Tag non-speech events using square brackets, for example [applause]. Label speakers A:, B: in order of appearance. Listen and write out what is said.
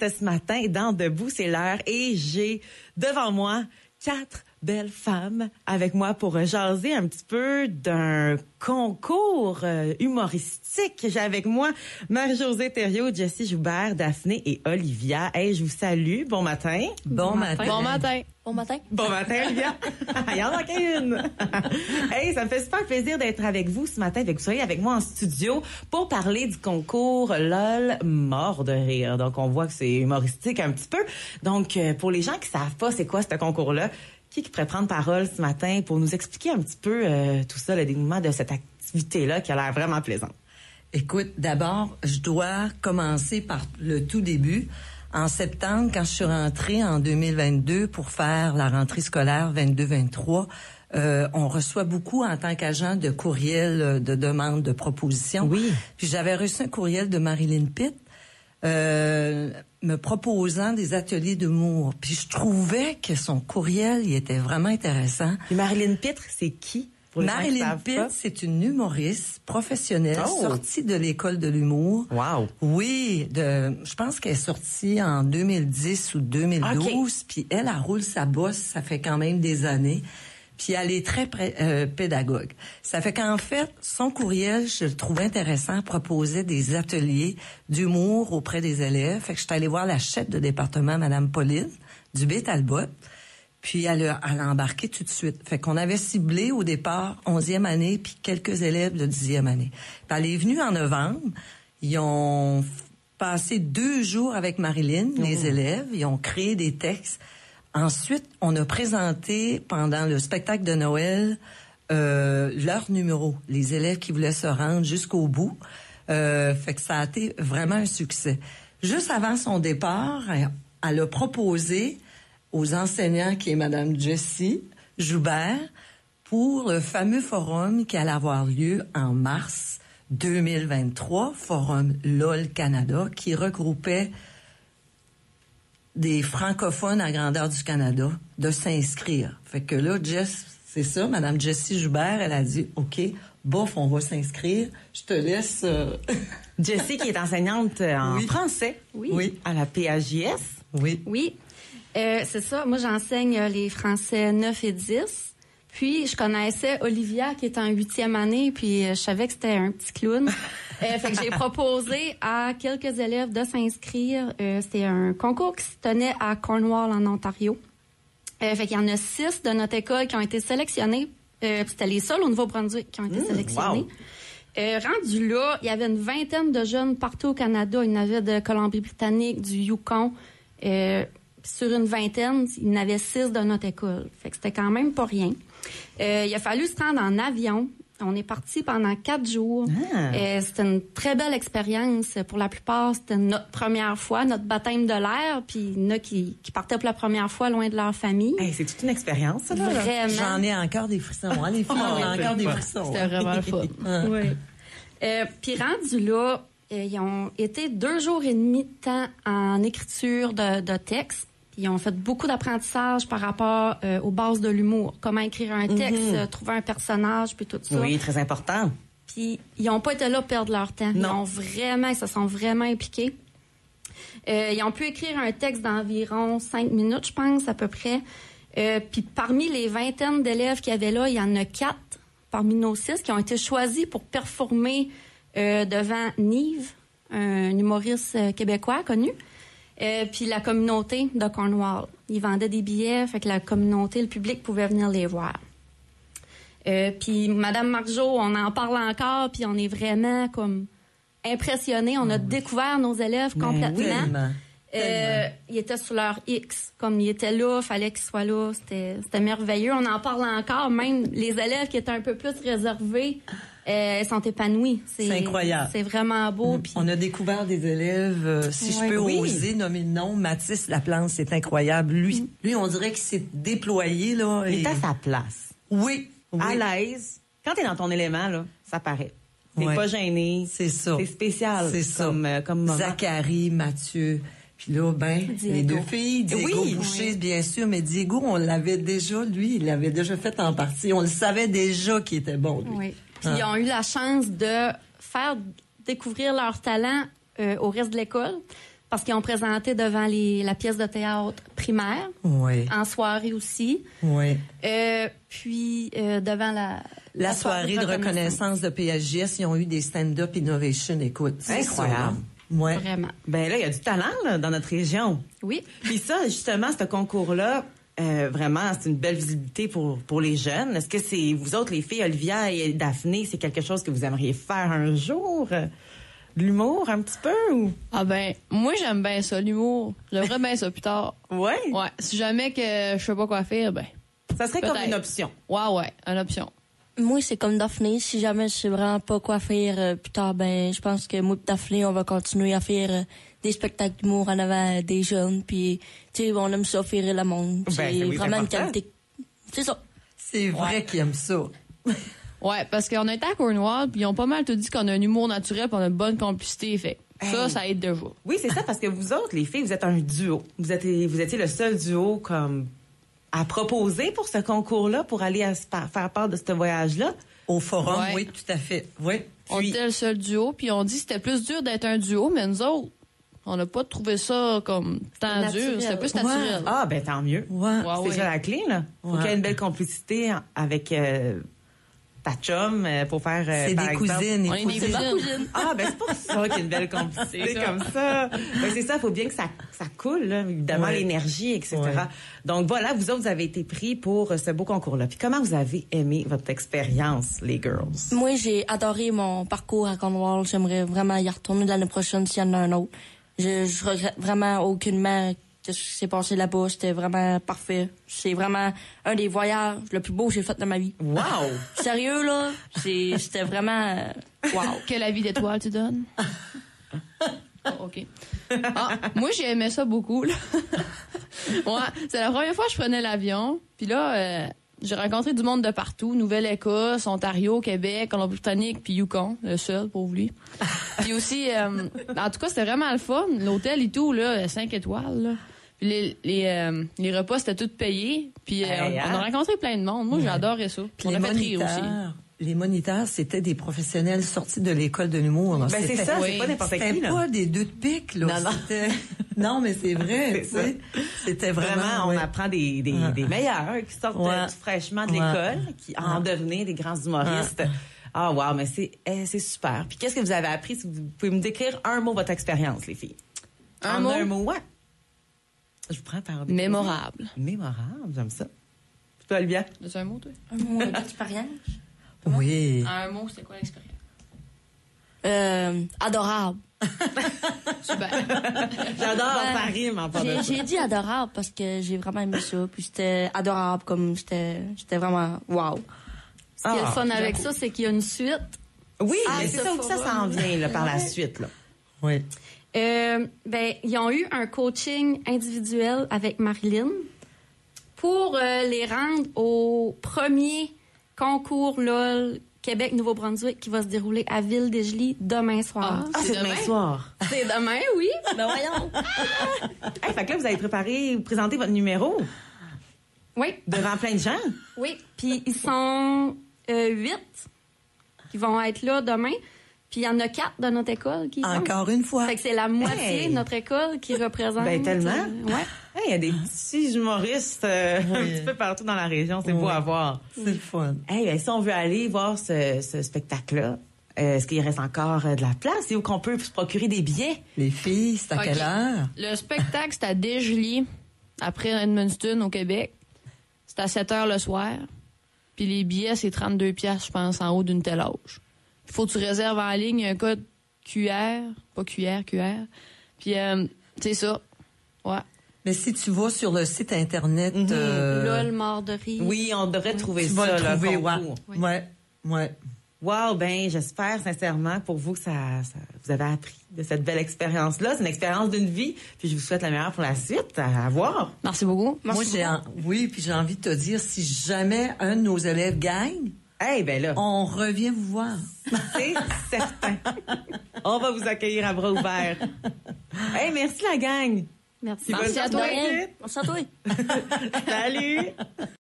A: c'était ce matin dans Debout, c'est l'heure. Et j'ai devant moi quatre belles femmes avec moi pour jaser un petit peu d'un concours euh, humoristique. J'ai avec moi Marie-Josée Thériault, Jessie Joubert, Daphné et Olivia. Hey, je vous salue. Bon matin.
B: Bon, matin.
C: Bon matin.
D: Bon matin.
A: Bon matin, [laughs] Olivia. Il y en manque une. hey, ça me fait super plaisir d'être avec vous ce matin, avec vous soyez avec moi en studio pour parler du concours LOL mort de rire. Donc, on voit que c'est humoristique un petit peu. Donc, euh, pour les gens qui savent pas c'est quoi ce concours-là, qui, qui pourrait prendre parole ce matin pour nous expliquer un petit peu euh, tout ça, le dénouement de cette activité-là qui a l'air vraiment plaisante?
B: Écoute, d'abord, je dois commencer par le tout début. En septembre, quand je suis rentrée en 2022 pour faire la rentrée scolaire 22-23, euh, on reçoit beaucoup en tant qu'agent de courriels, de demandes, de propositions.
A: Oui.
B: Puis j'avais reçu un courriel de Marilyn Pitt euh, me proposant des ateliers d'humour. Puis je trouvais que son courriel, il était vraiment intéressant.
A: Puis Marilyn Pitre, c'est qui? Pour les gens qui
B: Marilyn
A: savent
B: Pitt, c'est une humoriste professionnelle
A: Oh!
B: sortie de l'école de l'humour.
A: pas. Wow.
B: Oui, de, je pense qu'elle est sortie en 2010 ou 2012, puis elle, elle roule sa bosse, ça fait quand même des années, puis elle est très pré- euh, pédagogue. Ça fait qu'en fait, son courriel, je le trouve intéressant, proposait des ateliers d'humour auprès des élèves. Fait que je suis allée voir la chef de département, Madame Pauline Dubé-Talbot, puis elle a, elle a embarqué tout de suite. Fait qu'on avait ciblé au départ 11e année, puis quelques élèves de 10e année. Puis elle est venue en novembre. Ils ont f- passé deux jours avec Marilyn, les élèves. Ils ont créé des textes. Ensuite, on a présenté pendant le spectacle de Noël euh, leur numéro, les élèves qui voulaient se rendre jusqu'au bout. Euh, fait que ça a été vraiment un succès. Juste avant son départ, elle, elle a proposé aux enseignants qui est Madame Jessie Joubert pour le fameux forum qui allait avoir lieu en mars 2023, forum LOL Canada, qui regroupait des francophones à grandeur du Canada de s'inscrire. Fait que là, Jess, c'est ça, Madame Jessie Joubert, elle a dit, OK, bof, on va s'inscrire. Je te laisse... euh, [laughs]
A: Jessie, qui est enseignante euh, en
B: Oui.
A: français.
D: Oui.
B: Oui.
A: À la PHJS.
B: Oui.
D: Oui, Euh, c'est ça. Moi, j'enseigne euh, les Français 9 et 10. Puis, je connaissais Olivia, qui est en huitième année, puis euh, je savais que c'était un petit clown. Euh, fait que j'ai proposé à quelques élèves de s'inscrire. Euh, c'était un concours qui se tenait à Cornwall, en Ontario. Euh, fait qu'il y en a six de notre école qui ont été sélectionnés. Euh, puis c'était les seuls au Nouveau-Brunswick qui ont été sélectionnés.
A: wow.
D: Euh, rendu là, il y avait une vingtaine de jeunes partout au Canada. Il y en avait de Colombie-Britannique, du Yukon. Euh, sur une vingtaine, il y en avait six de notre école. Fait que c'était quand même pas rien. Euh, il a fallu se rendre en avion. On est parti pendant quatre jours.
A: Ah.
D: Euh, c'était une très belle expérience. Pour la plupart, c'était notre première fois, notre baptême de l'air. Puis il y en a qui, qui partaient pour la première fois loin de leur famille.
A: Hey, c'est toute une expérience, ça, là.
D: Vraiment. Ah,
B: J'en ai encore des frissons. hein, les filles, on a encore des frissons.
C: C'était vraiment le fun.
D: Oui. Euh, Puis rendu là, euh, ils ont été deux jours et demi de temps en écriture de, de texte. Puis Ils ont fait beaucoup d'apprentissage par rapport euh, aux bases de l'humour. Comment écrire un texte, euh, trouver un personnage, puis tout ça.
A: Oui, très important.
D: Puis ils ont pas été là pour perdre leur temps. Ils
A: Non.
D: ont vraiment, ils se sont vraiment impliqués. Euh, ils ont pu écrire un texte d'environ cinq minutes, je pense, à peu près. Euh, puis parmi les vingtaines d'élèves qu'il y avait là, il y en a quatre parmi nos six qui ont été choisis pour performer euh, devant Nive, un humoriste euh, québécois connu, euh, puis la communauté de Cornwall. Ils vendaient des billets, fait que la communauté, le public pouvait venir les voir. Euh, puis Madame Marjo, on en parle encore, puis on est vraiment comme impressionnés.
B: Ah
D: On a découvert nos élèves complètement.
B: Ben Tellement.
D: Euh, ils étaient sur leur X, comme ils étaient là, fallait qu'ils soient là, c'était c'était merveilleux. On en parle encore, même les élèves qui étaient un peu plus réservés, euh, ils sont épanouis.
B: C'est incroyable.
D: C'est vraiment beau. puis-
B: On a découvert des élèves, euh, si
A: Oh, Ouais.
B: je peux
A: Oui.
B: oser nommer le nom, Mathis Laplante, c'est incroyable. Lui, lui, on dirait qu'il s'est déployé, là.
A: Mm. Il
B: et-
A: est à sa place.
B: Oui, oui.
A: à l'aise. Quand t'es dans ton élément, là, ça paraît. T'es
B: Ouais.
A: pas gêné.
B: C'est ça.
A: C'est spécial.
B: C'est ça.
A: Comme, euh, comme moment.
B: Zachary, Mathieu. Puis là, ben,
D: Diego.
B: les deux filles, Diego
A: Oui.
B: Boucher, bien sûr, mais Diego, on l'avait déjà, lui, il l'avait déjà fait en partie. On le savait déjà qu'il était bon, lui.
D: Oui. Puis
B: Ah.
D: ils ont eu la chance de faire découvrir leur talent euh, au reste de l'école. parce qu'ils ont présenté devant les, la pièce de théâtre primaire,
B: Oui.
A: Ah.
D: en soirée aussi,
B: Oui.
D: euh, puis euh, devant la,
B: La soirée de reconnaissance de PSGS, ils ont eu des stand-up innovation, écoute. C'est
A: Incroyable.
B: incroyable. Ouais.
D: Vraiment.
A: Ben là, il y a du talent là, dans notre région.
D: Oui.
A: Puis ça, justement, ce concours-là, euh, vraiment, c'est une belle visibilité pour, pour les jeunes. Est-ce que c'est vous autres, les filles, Olivia et Daphné, c'est quelque chose que vous aimeriez faire un jour? Euh, De l'humour, un petit peu? Ou...
C: Ah ben, moi j'aime bien ça, l'humour. J'aimerais bien ça plus tard.
A: Ouais.
C: Ouais, si jamais que je sais pas quoi faire, ben,
A: Ça serait comme
C: Peut-être.
A: une option.
C: ouais, ouais, une option.
E: Moi, c'est comme Daphné. Si jamais je sais vraiment pas quoi faire euh, plus tard, ben, je pense que moi et Daphné, on va continuer à faire euh, des spectacles d'humour en avant euh, des jeunes. Puis, tu sais, on aime ça faire le monde.
A: Ben,
E: C'est
A: c'est- oui, c'est
E: vraiment une
A: important.
E: qualité. C'est ça.
B: C'est vrai qu'ils aiment ça.
C: Ouais, parce qu'on a été à Cornwall, puis ils ont pas mal tout dit qu'on a un humour naturel, puis on a une bonne complicité, fait. que Ça,
A: Hey.
C: ça aide déjà.
A: Oui, c'est ça, parce que vous autres, les filles, vous êtes un duo. Vous, êtes, vous étiez le seul duo comme à proposer pour ce concours-là, pour aller à, se fa- faire part de ce voyage-là.
B: Au forum,
C: Ouais.
B: oui, tout à fait. Oui.
C: On
B: Puis- euh,
C: était le seul duo, puis on dit que c'était plus dur d'être un duo, mais nous autres, on n'a pas trouvé ça comme tant
E: Naturel.
C: dur. C'était plus
B: Ouais.
C: naturel.
A: Ah, ben tant mieux.
B: Ouais.
C: Ouais. Ah
A: c'est déjà la clé, là. Faut
B: Ouais.
A: qu'il y ait une belle complicité en- avec euh, ta chum euh, pour faire. euh,
B: C'est
A: par
B: des
A: exemple-
B: cousines.
C: On
B: et
C: est des cousines.
A: Ah, ben c'est pour ça qu'il y a une belle complicité
C: C'est ça.
A: comme ça. Ben, c'est ça, faut bien que ça, ça coule, là, évidemment,
B: Ouais.
A: l'énergie, etc.
B: Ouais.
A: Donc voilà, vous autres, vous avez été pris pour euh, ce beau concours-là. Puis comment vous avez aimé votre expérience, les girls?
E: Moi, j'ai adoré mon parcours à Cornwall. J'aimerais vraiment y retourner l'année prochaine s'il y en a un autre. Je, je regrette vraiment aucunement ce qui s'est passé là-bas. C'était vraiment parfait. C'est vraiment un des voyages le plus beau que j'ai fait de ma vie.
A: Wow!
E: Sérieux, là, c'est- c'était vraiment... euh, Wow.
C: Quelle avis d'étoile
B: [laughs]
C: tu donnes? Oh, OK. Ah, moi, j'ai aimé ça beaucoup. là. [laughs] ouais, c'est la première fois que je prenais l'avion. Puis là, euh, j'ai rencontré du monde de partout. Nouvelle-Écosse, Ontario, Québec, Colombie-Britannique, puis Yukon, le seul,
B: [laughs]
C: pour lui. Puis aussi, euh, en tout cas, c'était vraiment le fun. L'hôtel et tout, là, 5 étoiles, là. Puis les, les, euh, les repas, c'était tout payé. Puis euh,
A: Hey, hein?
C: on a rencontré plein de monde. Moi, j'adorais ça.
B: Puis
C: On
B: les
C: a fait rire
B: moniteurs,
C: aussi.
B: Les moniteurs, c'était des professionnels sortis de l'école de l'humour. là.
A: Ben c'est
B: C'était-
A: ça, c'est
C: oui.
A: pas n'importe
B: C'était
A: qui, là.
B: pas des deux de pique, là.
A: Non, non.
B: C'était- non, mais c'est vrai.
A: [laughs]
B: tu
A: C'est
B: sais. C'était vraiment.
A: Vraiment,
B: ouais.
A: on apprend des, des,
B: Ouais.
A: des meilleurs qui sortent
B: Ouais.
A: tout fraîchement de
B: Ouais.
A: l'école, qui en devenaient des grands humoristes. Ah, wow, mais c'est eh, c'est super. Puis qu'est-ce que vous avez appris? Si vous pouvez me décrire un mot votre expérience, les filles.
C: Un
A: en
C: mot?
A: un mot, ouais. Je vous prends par...
C: Mémorable.
A: Mémorable, j'aime ça. C'est toi, Olivia?
C: C'est un mot, toi?
E: Euh, [laughs] expérience?
B: Oui.
C: Un mot, c'était quoi l'expérience?
E: Euh, adorable.
C: [laughs] Super.
A: J'adore
E: Ouais.
A: ça rime en parlant de
E: J'ai-
A: ça.
E: J'ai dit adorable parce que j'ai vraiment aimé ça. Puis c'était adorable comme c'était c'était vraiment wow.
D: Ce qui est le
A: Ah,
D: fun avec ça, c'est qu'il y a une suite.
A: Oui,
D: Ah,
A: mais c'est
D: ça,
A: ça,
D: faut
A: ça s'en
D: voir.
A: vient là, par la suite. Là.
B: Oui.
D: Euh, ben, ils ont eu un coaching individuel avec Marilyn pour euh, les rendre au premier concours LOL Québec-Nouveau-Brunswick qui va se dérouler à Ville-des-Gelis demain soir.
A: Ah, c'est demain soir.
D: C'est demain, oui.
E: Ben voyons.
A: Hey, fait que là, vous avez préparé, présenté votre numéro
D: Oui,
A: devant plein de gens.
D: oui. Puis ils sont euh, huit qui vont être là demain. Puis il y en a quatre de notre école qui y sont.
C: Ah.
B: Encore une fois.
D: Fait que c'est la moitié
A: Hey.
D: de notre école qui représente.
A: Ben, tellement.
D: euh, ouais.
A: [laughs] Hey, Il y a des petits humoristes euh, un
B: Oui.
A: petit peu partout dans la région. C'est beau
B: Oui.
A: à voir.
B: C'est le fun.
A: Hey, ben, si on veut aller voir ce, ce spectacle-là, euh, est-ce qu'il reste encore euh, de la place? Et où qu'on peut se procurer des billets?
B: Les filles, c'est à
C: Ok.
B: quelle heure?
C: Le spectacle, c'est à Desjolies, après Edmundston, au Québec. C'est à 7 h le soir. Puis les billets, c'est 32 pièces, je pense, en haut d'une telle âge. Il faut que tu réserves en ligne il y a un code QR, pas QR, QR. Puis, euh, c'est ça. Ouais.
B: Mais si tu vas sur le site Internet.
A: Mhm.
B: euh,
D: LOL, mort de rire.
A: Oui, on devrait trouver ça,
B: tu vas le
A: là,
B: trouver,
A: concours.
B: ouais. Ouais. Ouais.
A: Wow, ben j'espère sincèrement pour vous que ça, ça- vous avez appris de cette belle expérience-là. C'est une expérience d'une vie. Puis je vous souhaite la meilleure pour la suite. À, à voir.
C: Merci beaucoup.
B: Moi, j'ai en- oui, puis j'ai envie de te dire, si jamais un de nos élèves gagne,
A: Eh ben là,
B: on revient vous voir.
A: [laughs] c'est certain. On va vous accueillir à bras [laughs] ouverts. Hey, merci la gang.
D: Merci.
A: Puis bonne
C: Merci à
A: chance pour
C: toi.
A: la suite.
E: On s'entend.
A: Salut.